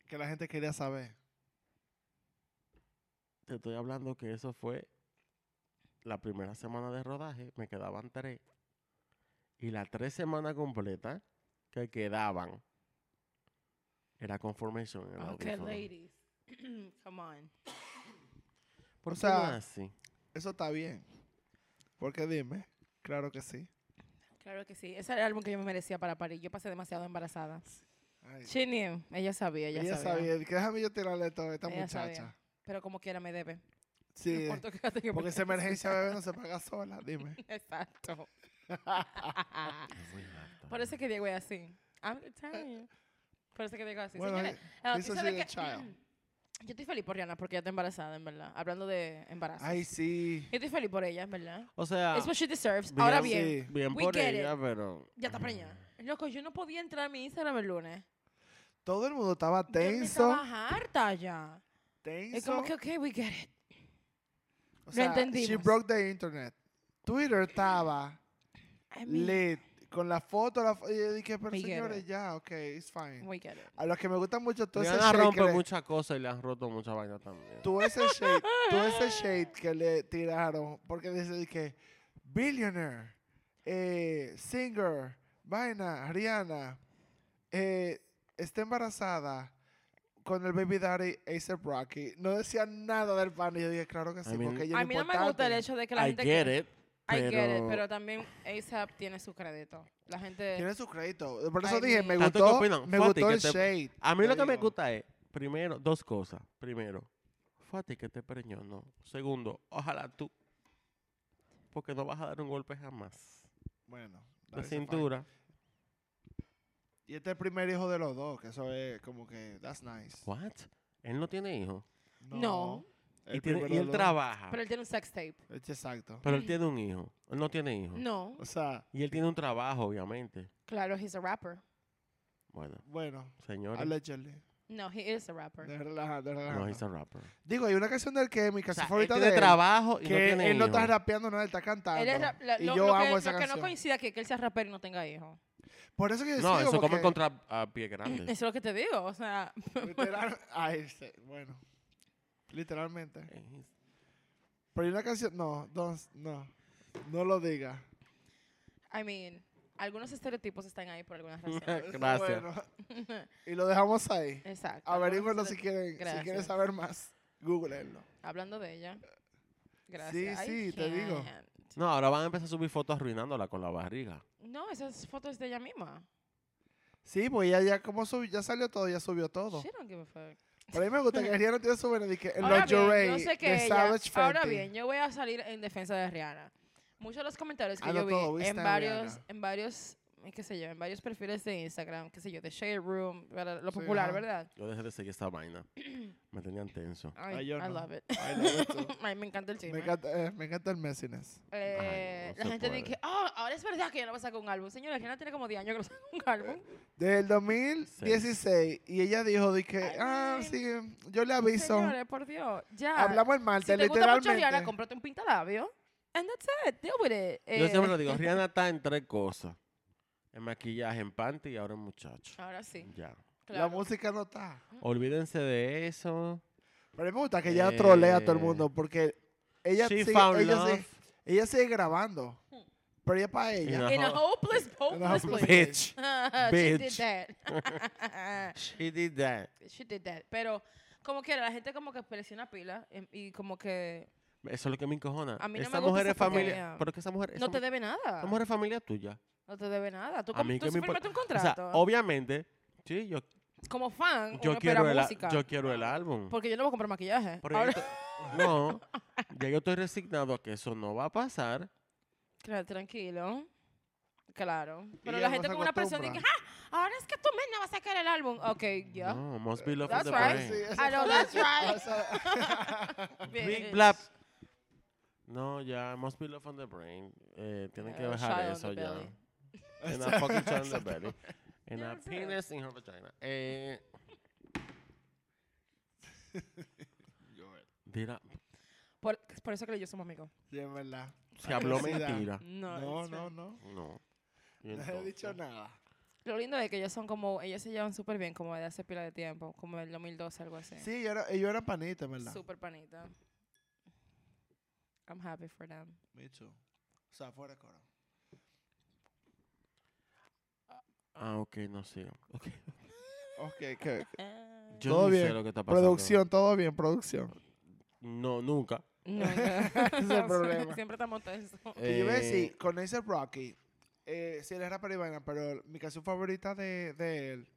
Que la gente quería saber.
Te estoy hablando que eso fue la primera semana de rodaje, me quedaban tres. Y las tres semanas completas que quedaban era Conformation en el
Okay,
audífono.
Oh, ladies. Come on.
¿Por
O
qué
sea,
no es así?
Eso está bien. Porque dime. Claro que sí.
Claro que sí. Ese era el álbum que yo me merecía para París. Yo pasé demasiado embarazada.
Ay,
She knew. Ella sabía, ella,
ella
sabía.
sabía. Que déjame yo tirarle todo a esta
Ella
muchacha.
sabía. Pero como quiera me debe. No
Sí.
importa que la tenga
Porque esa
que pagar.
emergencia bebé no se paga sola. Dime.
Exacto.
Es muy alta,
Por eso es que Diego es así. I'm telling you. Por eso es que Diego es así.
Bueno,
Señores, ah,
eh,
la
this
noticia de
is a
que-
child.
yo estoy feliz por Rihanna porque ella está embarazada, en verdad. Hablando de embarazo.
Ay, sí.
Yo estoy feliz por ella, en verdad.
O sea,
Es what she deserves. Ahora
Beyoncé-
bien,
Sí.
bien
we
por
get it.
ella, pero...
ya está preñada. Loco, yo no podía entrar a mi Instagram el lunes.
Todo el mundo estaba
Yo me
tenso.
estaba harta ya.
Tenso.
Es como que, ok, we get it.
o sea, She
entendimos.
broke the internet. Twitter estaba
I mean,
lit. Con la foto, la fo- y yo dije, pero
We get
señores,
it.
ya, ok, it's fine.
we get it.
A los que me gustan mucho todo ese
Rihanna
shade que
rompe
le-
muchas cosas y le han roto muchas vainas también.
todo ese shade, todo ese shade que le tiraron, porque dice que billionaire, eh, singer, vaina, Rihanna, eh, está embarazada con el baby daddy A$AP Rocky. No decía nada del pan y yo dije, claro que sí,
I mean-
porque ella
A
es
mí no me gusta el
importante.
hecho de que la
I
gente...
get
que-
it,
I
pero...
get it, pero también ASAP tiene su crédito. La gente...
Tiene su crédito. Por
I
eso dije,
mean-
me
Tanto que
gustó,
opinan,
me
Fati,
gustó
que
el
te-
shade.
A mí
te
lo que me
digo.
gusta es, primero, dos cosas. Primero, fue a ti que te preñó, no. Segundo, ojalá tú. Porque no vas a dar un golpe jamás.
Bueno,
De
that's fine.
cintura.
Y este es el primer hijo de los dos, que eso es como que, that's nice.
What? Él no tiene hijos.
No.
Y, tiene-
el primero
y
de
él
los dos.
trabaja.
Pero
Pero,
él tiene un sex tape.
Es Este, Exacto.
él tiene un hijo. Él no tiene hijos.
No.
O sea,
Y él tiene un trabajo, obviamente.
Claro, he's a rapper.
Bueno,
bueno,
señores.
allegedly.
No, he is a rapper.
De relajando, de relajando.
No, es rapper.
Digo, hay una canción del que mi
O
canción
sea, él
favorita
tiene
de él,
trabajo y
que
no tiene
él no está
hijos.
rapeando nada, él está cantando.
Él es ra- la-
y
lo,
yo
lo que,
amo esa
lo que no
canción.
coincida que, que él sea rapero y no tenga hijos.
Por eso que yo
No, eso
digo como
come
que-
contra a pie
Eso
grande.
es lo que te digo. O sea,
literal- Ay, sí, bueno. Literalmente.
Eh,
Pero hay una canción, no, don't- no, no lo diga.
I mean, algunos estereotipos están ahí por alguna razón.
Gracias.
Bueno, y lo dejamos ahí.
Exacto. algunos
Averígüenlo si
estere-
quieren, si
Eh, Gracias.
quieren saber más. Googleenlo.
Hablando de ella.
Sí,
Gracias. I
sí, te digo.
can't.
No, ahora van a empezar a subir fotos arruinándola con la barriga.
No, esas fotos de ella misma.
Sí, pues ya, ya como subi- ya salió todo, ya subió todo.
She don't give a fuck.
Pero a mí me gusta que Rihanna tiene su benedique en
Ahora
los
bien, yo
Jurey
sé
de
que ella,
Savage
ahora
Fenty.
bien, yo voy a salir en defensa de Rihanna. Muchos de los comentarios que
Ah, no,
yo vi
todo,
en
viste a
varios,
Rihanna.
en varios y qué sé yo, en varios perfiles de Instagram, qué sé yo, de Shade Room, ¿verdad? lo
Sí,
popular,
ajá.
¿verdad?
Yo dejé de seguir esta vaina. Me tenían tenso.
Ay,
Ay, yo
I
no.
love it.
I love it too.
Ay, me encanta el chisme.
Me encanta, eh, me encanta el messiness.
Ay,
Eh,
no
la
se
gente
puede.
dice, oh, ahora es verdad que ya no va a sacar un álbum. Señora, Rihanna tiene como 10 años que no saca un álbum.
Del 2016. Y ella dijo, dije,
Ay,
ah,
men.
sí, yo le aviso.
Señores, por Dios, ya.
Hablamos el martes,
si te gusta mucho Rihanna,
literalmente.
cómprate un pintalabio. And that's it. Deal with it.
Yo
Eh,
siempre lo digo, Rihanna está en tres cosas. En maquillaje, en panty y ahora en muchacho.
Ahora Ah, sí,
Ya.
claro.
La música no está.
Olvídense de eso.
Pero a mí me gusta que ella
Eh,
trolea a todo el mundo porque ella,
She
sigue,
found
ella,
love.
sigue, ella sigue grabando. Pero ella para ella.
la-
In a hopeless,
a
hopeless
hopeless-
Bitch.
place.
Bitch.
She did that.
She did that.
She did that. Pero como quiera, la gente como que presiona pila em, y como que
Eso es lo que me encojona.
A mí no
esa
me gusta
mujer
esa
es familia.
porquería.
Pero que esa mujer. esa
no te
mu-
debe nada.
esa mujer es familia tuya.
No te debe nada. Tú,
A
como-
mí
tú
qué me
firmaste
importa.
un
O sea,
contrato.
obviamente, sí, yo,
como fan,
yo,
uno espera
quiero el, a-
música.
yo quiero el álbum.
Porque yo no voy a comprar maquillaje.
Pero yo
Ahora,
to- no, ya yo estoy resignado a que eso no va a pasar.
claro, tranquilo. Claro. Pero
ya
la
no
gente
se
con una presión de que,
acostumbra.
¡ah! Ahora es que tú misma vas a sacar el álbum. Ok, ya.
No, must be love
That's
from the
right.
brain.
esa
I know
fue la-
that's right.
esa-
Big
Bitch.
blap. No, ya, must be love from the brain. Eh, tienen que
Eh,
bajar
shot on
eso
the
ya.
belly.
En a fucking shot on the belly. En a
Yes, sir.
penis in her vagina. Eh. Mira,
Por, por eso que yo somos amigos.
Sí, es verdad.
se habló
Felicidad.
mentira.
No,
No,
it's
no,
fine.
no.
No. Y
No he
entonces,
dicho nada.
Lo lindo es que ellos son como, ellos se llevan súper bien, como de hace pila de tiempo, como el 2012, algo así.
Sí, yo era, ellos eran panitas, ¿verdad?
Súper panita. I'm happy for them.
Me too. O sea, fuera de coro.
Ah, ok, no sé.
Ok, que-
Ah.
Yo
Todo
no sé
bien.
lo que está pasando.
Producción, todo bien, producción.
No, nunca.
Nunca.
es el problema.
Siempre estamos tensos.
Y yo iba a
Eh,
decir, con ese Rocky, eh, sí, él es rapero y vaina, pero mi canción favorita de, de él.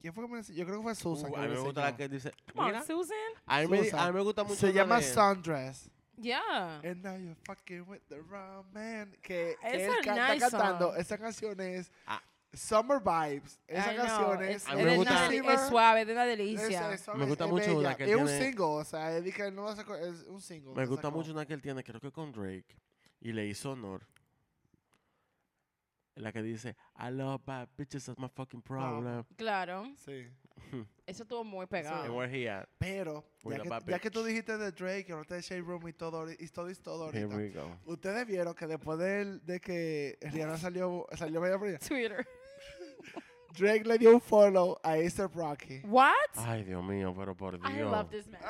¿Quién fue que me la enseñó? Yo creo que fue Susan.
Uh,
que
a
me
mí
la
me gusta
enseñó.
la que dice.
Come
Mira,
on, Susan.
a mí, me, di-
Susan.
a mí me gusta mucho.
Se
una
llama
de-
Sundress.
Yeah.
And now you're fucking with the wrong man. Que, que
It's
él
a
ca-
nice
está cantando.
song.
Esa canción es
Ah.
Summer Vibes. Esa
I know,
canción
it's-
es.
A mí
es
me
de
gusta-
una
Nancy
deli- Es suave, de una delicia.
Esa- esa-
Me gusta
es
mucho
bella.
la que
Es un
tiene-
single, o sea, él dice que no va a sacar- es un single.
Me
que
gusta
sacó.
mucho una que él tiene, creo que con Drake. Y le hizo honor. La que dice, I love bad bitches, that's my
Ah,
fucking problem.
Claro.
Sí.
Eso estuvo muy pegado.
ah,
And where he at?
Pero,
With
ya
a
que,
bad
ya que tú
bitch.
dijiste de Drake, ahorita de Shade Room y todo, ahori- y todo, y todo
Here
ahorita.
we go.
Ustedes vieron que después del- de, que Rihanna salió, salió media por allá,
Twitter.
Drake le dio un follow a Acer Rocky.
What?
Ay, Dios mío, pero por Dios.
I love this man.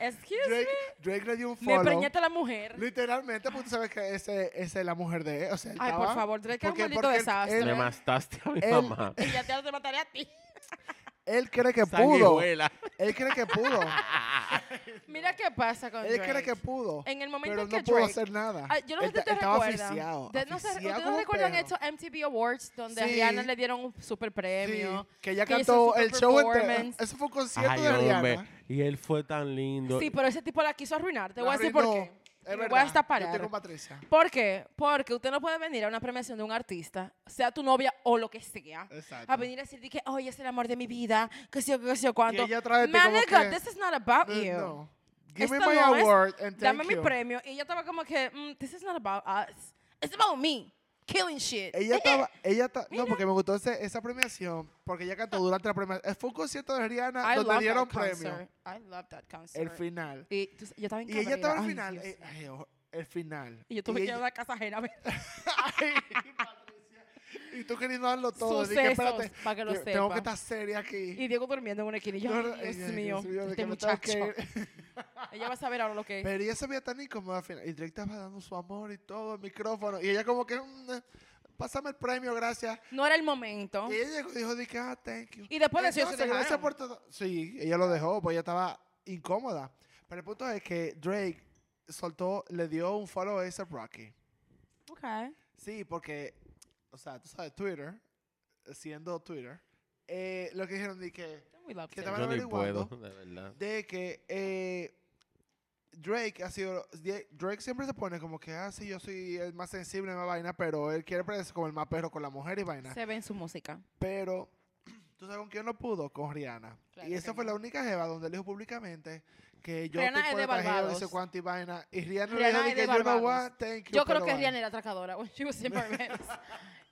Excuse
Drake,
me.
Drake le dio un
Me
follow.
preñaste la mujer.
Literalmente, pues tú sabes que ese- esa es la mujer de él. O sea, él
Ay, por
estaba-
favor, Drake es un
porque-
maldito
porque él-
desastre.
Me
él-
mataste a mi
él-
mamá.
Y ya te, te mataré a ti.
Él cree que pudo.
Sanguijuela.
Él cree que pudo.
Mira qué pasa con
él
Drake.
cree que pudo.
En el momento
Pero
en que
no pudo
Drake-
hacer nada.
Ay, yo no sé
Él
si
ta-
ustedes
estaba
recuerdan.
asficiado.
De- no sé,
asfixiado
¿Ustedes
como un
recuerdan
perro.
estos MTV Awards donde
Sí.
a Rihanna le dieron un super
Sí,
premio?
que ella
que hizo
cantó
super
el show entero.
performance.
Eso fue un concierto
Ay,
de Rihanna.
hombre. Y él fue tan lindo.
Sí, pero ese tipo la quiso arruinar. Te
La
voy a decir por
arruinó.
qué.
Es
Y me voy
verdad,
a destapar.
Yo estoy con Patricia.
¿Por qué? Porque usted no puede venir a una premiación de un artista, sea tu novia o lo que sea,
Exacto.
a venir a decir de que, oye, es el amor de mi vida, que sé yo, que sé yo cuánto.
Y ella trae de
Man,
como
nigga,
que,
this is not about
Eh,
you.
no. Give me
Esto
my
no es-
award and
Dame
thank
mi
you.
premio. Y ella estaba como que, "Mm, this is not about us. It's about me. Killing shit.
Ella estaba, ella estaba, no, porque me gustó ese- esa premiación, porque ella cantó durante la premiación. Fue un concierto de Rihanna
I
donde
love
dieron
that
premio.
concert. I love that concert.
El final.
Y tú sa- yo estaba en
Y ella estaba al
Ay,
final.
Dios
eh,
mío.
ay, ojo, el final.
Y yo tuve que ir a
ella-
una casa ajena. a ver
Ay, Patricia. Y tú queriendo darlo todo. Dije,
Sucesos,
espérate.
pa' que lo
yo Tengo
sepa.
que estar seria aquí.
Y Diego durmiendo en una esquina. Y yo,
No, no,
"Ay, Dios
ella- Dios
mío,
mío, de
este
que me tengo que
muchacho.
ir.
Ella va a saber ahora lo que es.
Pero ella se veía tan incómoda al final. Y Drake estaba dando su amor y todo, el micrófono. Y ella como que, "Mm, eh, pásame el premio, gracias.
No era el momento.
Y ella llegó y dijo, dije, ah, thank you.
Y después de eso, ellos se
Entonces,
dejaron.
gracias por todo. Sí, ella lo dejó, pues ella estaba incómoda. Pero el punto es que Drake soltó, le dio un follow a ese Rocky.
Okay.
Sí, porque, o sea, tú sabes, Twitter, siendo Twitter, eh, lo que dijeron, dije...
We love
Que
it.
estaban
Yo ni
averiguando
puedo, de verdad.
de que eh, Drake ha sido. die- Drake siempre se pone como que, ah, sí, yo soy el más sensible, más vaina, pero él quiere parecer como el más perro con la mujer y vaina.
Se ve en su música.
Pero, ¿tú sabes con quién no pudo? Con Rihanna.
Claro
y
que
esa fue
no.
la única jeva donde él dijo públicamente que yo
Rihanna
estoy
es
por
de
el pajeo,
Barbados.
dice cuánto y vaina. Y Rihanna,
Rihanna
le
es de
dijo, de que, you know
Barbados.
what, thank you.
Yo creo
pero
que
bye".
Rihanna era atracadora. When she was in Barbados.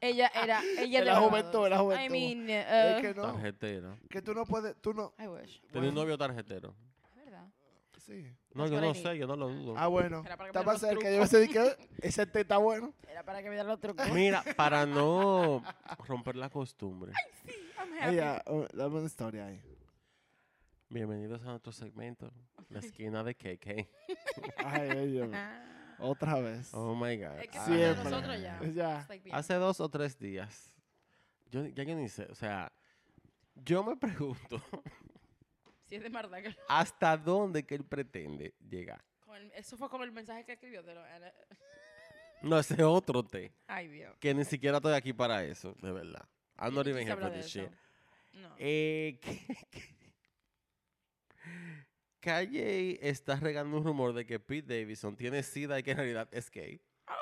ella era. Ella
En la
era
juventud, en la
I
juventud.
mean.
Es
uh,
que no,
Tarjetero.
que tú no puedes, tú no,
I wish.
Tenía un novio tarjetero.
¿Verdad?
sí.
No,
That's
yo
what I
no
need.
sé, yo no lo dudo.
Ah, bueno,
Era para que
está
me
para
los
cerca, yo
trucos.
pensé que ese té está bueno.
Era para que me dieran los trucos.
Mira, para no romper la costumbre.
I'm happy.
Ah,
Ella, oh, dame una historia ahí.
Bienvenidos a nuestro segmento, la esquina de KK.
Ay, ay, Dios mío.
Ah.
Otra vez.
Oh my God.
Es que
Ah.
para
Siempre.
nosotros ya.
Ya.
It's like being-
Hace dos o tres días, yo ni- ya yo ni sé, o sea, yo me pregunto
Si es de Marta, que-
hasta dónde que él pretende llegar.
con el- eso fue como el mensaje que escribió. De lo- era-
No, ese otro té,
ay, Dios.
que ni siquiera estoy aquí para eso, de verdad. I'm not
Yo
even
quise
here for
hablar de
this
eso. Ah.
shit.
No.
Eh, que- que- Kanye está regando un rumor de que Pete Davidson tiene sida y que en realidad es gay.
Ah,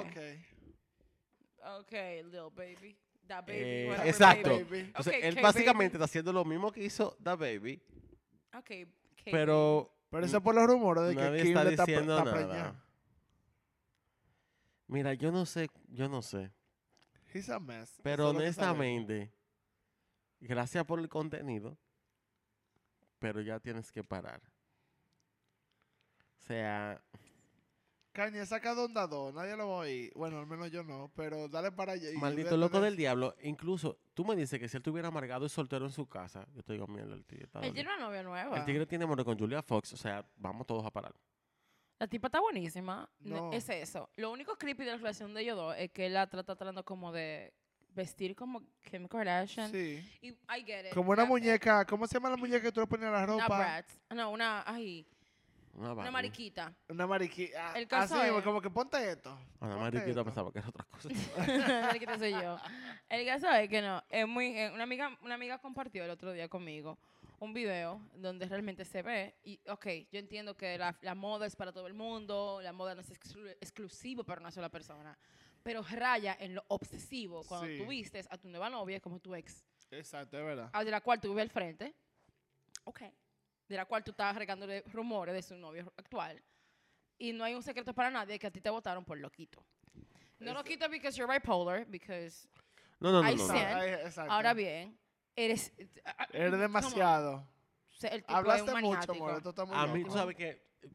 Ok.
ok.
Ok, little baby. That baby.
Eh,
whatever
exacto.
baby.
Baby.
Entonces,
Ok,
él
K-Baby.
básicamente está haciendo lo mismo que hizo The Baby,
Ok, K-baby.
pero
Pero eso por los rumores de
nadie
que Kim
está
le está, pre-
diciendo
está preñada.
nada. Mira, yo no sé, yo no sé,
He's a mess. Eso
pero
es lo que sabemos.
honestamente, gracias por el contenido, pero ya tienes que parar. O sea,
Kanye, saca Donda 2, nadie lo va a oír. Bueno, al menos yo no, pero dale para allá. y
Maldito
vete
loco
de-
del diablo. Incluso, tú me dices que si él estuviera amargado y soltero en su casa, yo te digo, mierda, el tigre está
Él
dolido".
tiene una novia nueva.
El tigre tiene amor con Julia Fox, o sea, vamos todos a parar.
La tipa está buenísima. No,
No.
Es eso. Lo único creepy de la relación de ellos dos es que él la trata tratando como de vestir como Kim Kardashian.
Sí.
Y I get it.
Como una
That-
muñeca, ¿cómo se llama la muñeca que tú le ponías a la
Eh, Una
ropa?
brat. No, una, ay,
Una,
una
Barbie.
mariquita.
Una mariquita.
El caso
Así, mismo,
es-
como que ponte esto.
Una
ponte
mariquita
esto.
pensaba que era otra cosa.
Así que te soy yo. El caso es que no, es muy, eh, una amiga, una amiga compartió el otro día conmigo un video donde realmente se ve y, ok, yo entiendo que la, la moda es para todo el mundo, la moda no es exclu- exclusivo para una sola persona, pero raya en lo obsesivo cuando
Sí.
tú vistes a tu nueva novia como tu ex,
Exacto, es verdad.
a- de la cual tú vives al frente, ok, de la cual tú estás regándole rumores de su novio actual. Y no hay un secreto para nadie que a ti te votaron por loquito. No loquito because you're bipolar, because
No, no, no.
Ahí
no,
sí,
no.
¿eh?
Ah, eh, exacto.
Ahora bien, eres. ah, ah, come
Eres
on.
demasiado.
O sea, El tipo es
Hablaste
un
mucho,
maniático.
amor. Esto está muy
A mí, tú
loco.
sabes que eh,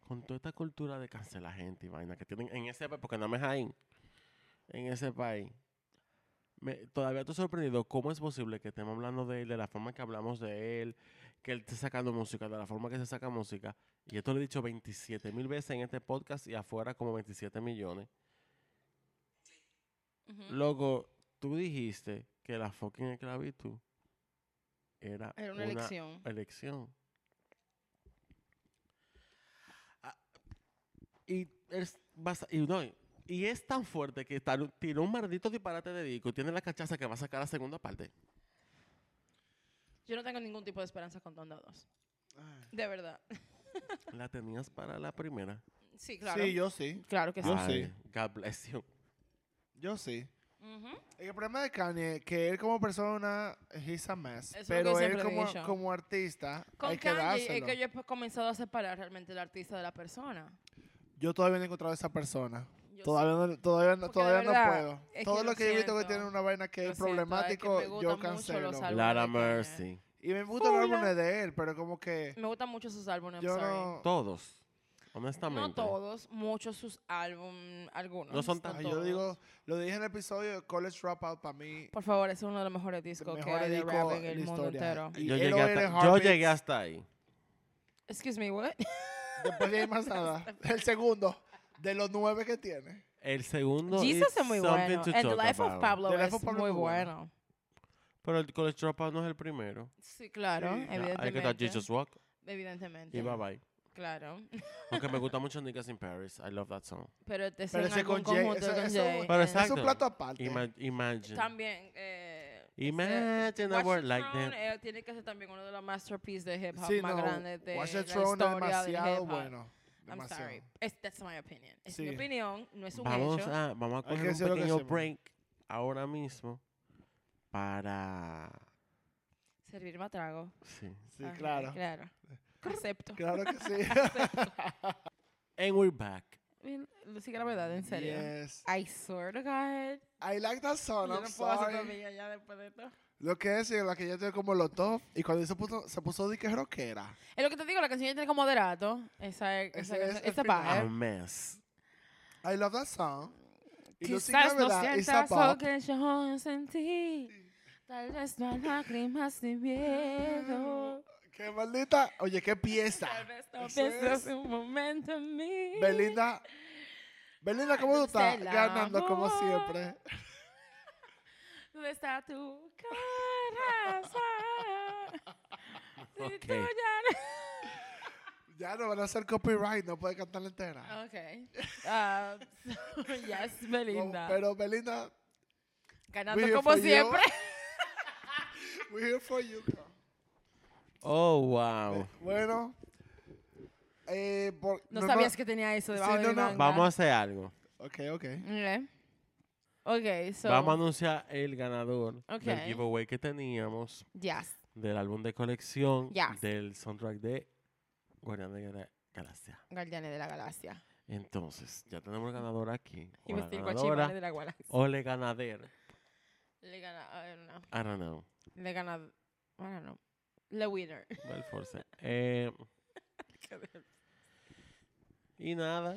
con toda esta cultura de cancelar gente y vaina que tienen en ese país, porque no me es ahí, en ese país, me- todavía estoy sorprendido cómo es posible que estemos hablando de él, de la forma que hablamos de él, que él esté sacando música, de la forma que se saca música. Y esto lo he dicho 27 mil veces en este podcast y afuera como 27 millones.
Ujú.
Loco, tú dijiste que la fucking esclavitud era,
Era una elección.
elección. Ah, Y es, basa- y, no, y es tan fuerte que tar- tiró un maldito disparate de disco y tiene la cachaza que va a sacar la segunda parte.
Yo no tengo ningún tipo de esperanza con Donda 2.
Ay.
De verdad.
La tenías para la primera.
Sí, claro.
Sí, yo sí.
Claro que sí.
Yo
Ay,
sí.
God bless you.
Yo sí.
Ujú.
El problema de Kanye es que él como persona, he's a mess.
Eso es lo
pero
que
él
siempre he
como,
dicho.
como artista,
Con
hay que
Kanye es
dárselo.
que yo he pues, comenzado a separar realmente el artista de la persona.
Yo todavía no he encontrado a esa persona.
Yo
Todavía no, todavía no,
Porque de
todavía
verdad,
no
es que
puedo. Todo
lo
lo que yo he visto que
siento.
tiene una vaina que
Lo
es
siento, es que me
problemático,
gustan
yo
mucho los
cancelo.
álbumes.
Lara
de Kanye.
Mercy.
Y me gustan los
Hola.
álbumes de él, pero como que
sé. Me gustan mucho sus álbumes. Mm, I'm
yo
sorry.
no...
Todos. Honestamente.
No todos, muchos sus álbumes, algunos.
No son tan-
Ay,
todos.
yo digo, lo dije en el episodio de College Dropout para mí.
Por favor, ese es uno de los mejores discos
mejores
que hay de
discos
rap en
en
el
la
mundo
historia.
entero.
Y
Yo,
él
llegué
lo era en
hasta, yo
Heartbeats.
llegué hasta ahí.
Excuse me, what?
Después de ahí más nada. El segundo, de los nueve que tiene.
El segundo
Jesus
is
es muy
Something
bueno.
to
And The
Talk
Life of
About.
Pablo
The Life
es
of Pablo
muy
es muy bueno.
bueno.
Pero el College Dropout no es el primero.
Sí, claro,
Sí.
Ya, Hay que estar
evidentemente.
Jesus Walk
Evidentemente.
y Bye Bye.
Claro.
Aunque me gusta mucho Niggas in Paris. I love that song.
Pero este es
Pero
en
ese
algún
con Jay,
conjunto
eso-
con
eso-
Jay.
Pero
Eh,
Es
exacto.
un plato aparte.
Ima- imagine.
También, eh,
Imagine a
Watch the
world like
Throne,
that.
eh, tiene que ser también uno de los masterpieces de hip hop
Sí,
más
no,
grandes de
Watch the
la
Throne es
historia del hip
demasiado
hop.
bueno.
I'm
Demasiado.
sorry. Es- that's my opinion. Es mi
Sí.
opinión, no es un
Vamos
hecho.
a, vamos a
que
coger un
hacer lo que
pequeño
hacemos.
break ahora mismo para...
Servirme a trago.
Sí.
Sí,
Ajá,
claro.
Claro. Acepto.
Claro que sí.
And we're back.
Lucy, la verdad, en serio.
Yes.
I swear to God.
I like that song.
yo
Oh, I'm
no puedo hacer
sorry.
todavía ya después de esto.
Lo que es, en la que yo tengo como lo top. Y cuando se puso, se puso de que es rockera.
Es lo que te digo, la canción ya tiene como moderato. Esa es. Esa,
Ese
esa,
es el
esa
final.
A
vibe.
mess.
I love that song. Y Lucy
Quizás no
Gravedad is a
sientas lo
bop.
que yo sentí. Tal vez no hay lágrimas ni miedo.
Qué maldita. Oye, qué pieza.
Tal vez no
Eso
piensas
es.
un momento en mí.
Belinda. Belinda, ¿cómo tú estás?
Del
Ganando como
amor.
siempre.
¿Dónde está tu corazón? Si
Ok.
tú ya
Ya no van a hacer copyright, no puede cantar entera.
no... Ok. Ah, so, yes, Belinda.
No, pero Belinda,
Ganando
We're
como
for you.
siempre.
we're here for you. girl.
Oh, wow.
Bueno. Eh, por-
No, sabías que tenía eso
Sí,
debajo de
no,
mi
no.
manga.
Vamos a hacer algo.
Ok, ok.
Ok. Ok, so...
Vamos a anunciar el ganador del
Ok.
giveaway que teníamos
Yes.
del álbum de colección
Yes.
del soundtrack de Guardián de la Galaxia.
Guardianes de la Galaxia.
Entonces, ya tenemos el ganador aquí.
Y
o
me
la
estoy
ganadora,
guachimane de la Galaxia.
Ole Ganader.
Le gana... I don't know.
I don't know.
Le gana... I don't know. Le winner.
Well, force. Eh, y nada.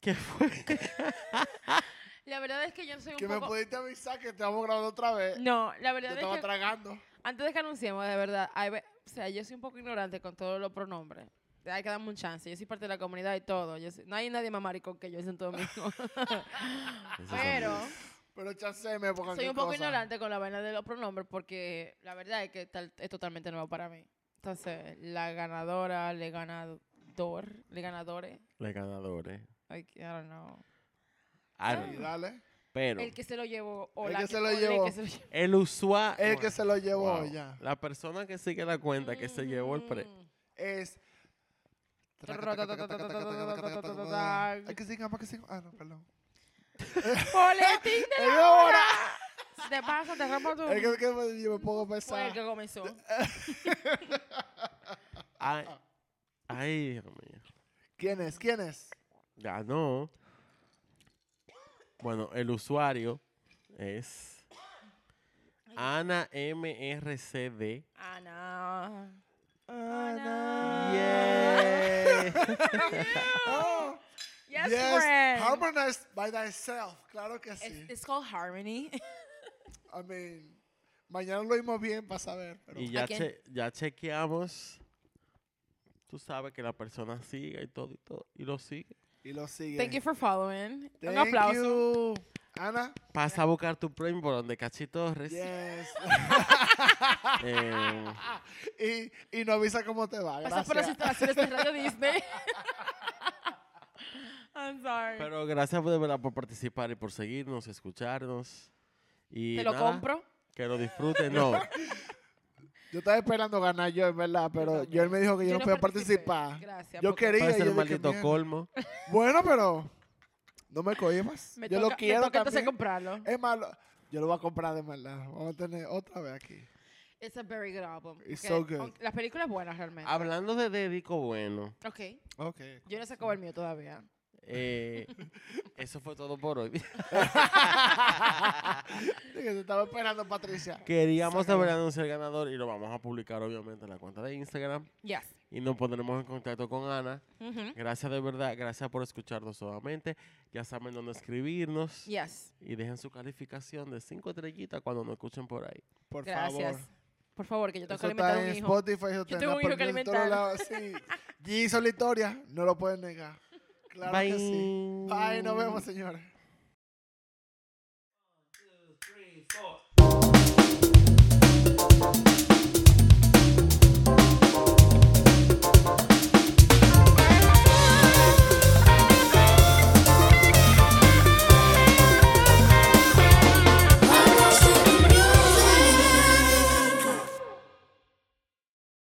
¿Qué fue?
La verdad es que yo soy un
Que me
poco...
pudiste avisar que estamos grabando otra vez.
No, la
Yo
verdad es
estaba
que...
tragando.
Antes de que anunciemos, de verdad, hay ve- o sea, yo soy un poco ignorante con todos los pronombres. Hay que darme un chance. Yo soy parte de la comunidad y todo. Yo soy- no hay nadie más maricón que yo en Santo Domingo. Pero
Pero chanceme porque
soy un poco ignorante con la vaina de los pronombres porque la verdad es que tal- es totalmente nuevo para mí. Entonces, la ganadora, le ganador, le ganadores.
Los ganadores.
like, I don't know.
Ah,
I don't know.
Dale.
Pero
El que se lo llevó. O
El
la
que se lo
o el
llevó.
que se lo llevó.
el usuario.
El que se lo llevó
Wow.
ya
La persona que sigue la cuenta que se llevó el pre.
Mm.
es. Hay que siga, más que siga. Ah, no, perdón.
Boletín de
¡Es
la hora.
hora!
Si te pasa, te rompo tu...
Es que, que me- yo me pongo
Fue el que
pesado.
comenzó.
Ay, ay, Dios mío.
¿Quién es? ¿Quién es?
Ganó. Bueno, el usuario es Ana MRCD.
Ana. Ana.
Yeah.
Oh,
Yes, friend.
Harmonized by thyself. Claro que sí.
It's, it's called Harmony.
I mean, mañana lo oímos bien para saber. Pero
y ya,
Ok.
che- ya chequeamos. Tú sabes que la persona sigue y todo y todo. Y lo sigue.
Y lo sigue.
Thank you for following.
Thank
Un aplauso.
you. Ana.
Pasa a buscar tu premio por donde Cachi Torres.
Yes.
Eh,
y, y nos avisa cómo te va.
Pasas por las
Gracias.
instalaciones de Radio Disney. I'm sorry.
pero gracias de verdad por participar y por seguirnos, escucharnos. Y
te lo
nada,
compro.
Que lo disfruten. No.
Yo estaba esperando ganar yo, en verdad, pero yo él me dijo que yo, no podía
participé.
participar.
Gracias.
Yo
porque
quería.
Puede ser
yo
el
dije,
maldito
"Mierda".
colmo.
Bueno, pero no me cohibas.
Me
yo
toca,
lo quiero
me toca entonces
también.
comprarlo.
Es malo. Yo lo voy a comprar de verdad. Vamos a tener otra vez aquí.
It's a very good album.
It's
ok.
so good.
Aunque La película es buena realmente.
Hablando de dedico bueno,
Ok.
Ok.
Yo no he sacado el mío todavía.
eh, eso fue todo por hoy.
te estaba esperando, Patricia.
Queríamos
Sácalo.
saber anunciar el ganador y lo vamos a publicar obviamente en la cuenta de Instagram
Yes.
y nos pondremos en contacto con Ana.
Ujú.
Gracias de verdad, gracias por escucharnos solamente. Ya saben dónde escribirnos
Yes.
y dejen su calificación de cinco estrellitas cuando nos escuchen por ahí.
Por
Gracias.
favor.
Por favor, que yo tengo que
Eso
alimentar
está
a
en
un hijo.
Spotify. Eso está en
tengo un hijo
Apple
que
Music, todos
alimentar.
lados, sí. Y solitaria, no lo pueden negar. Claro que sí. Bye, nos vemos, señores.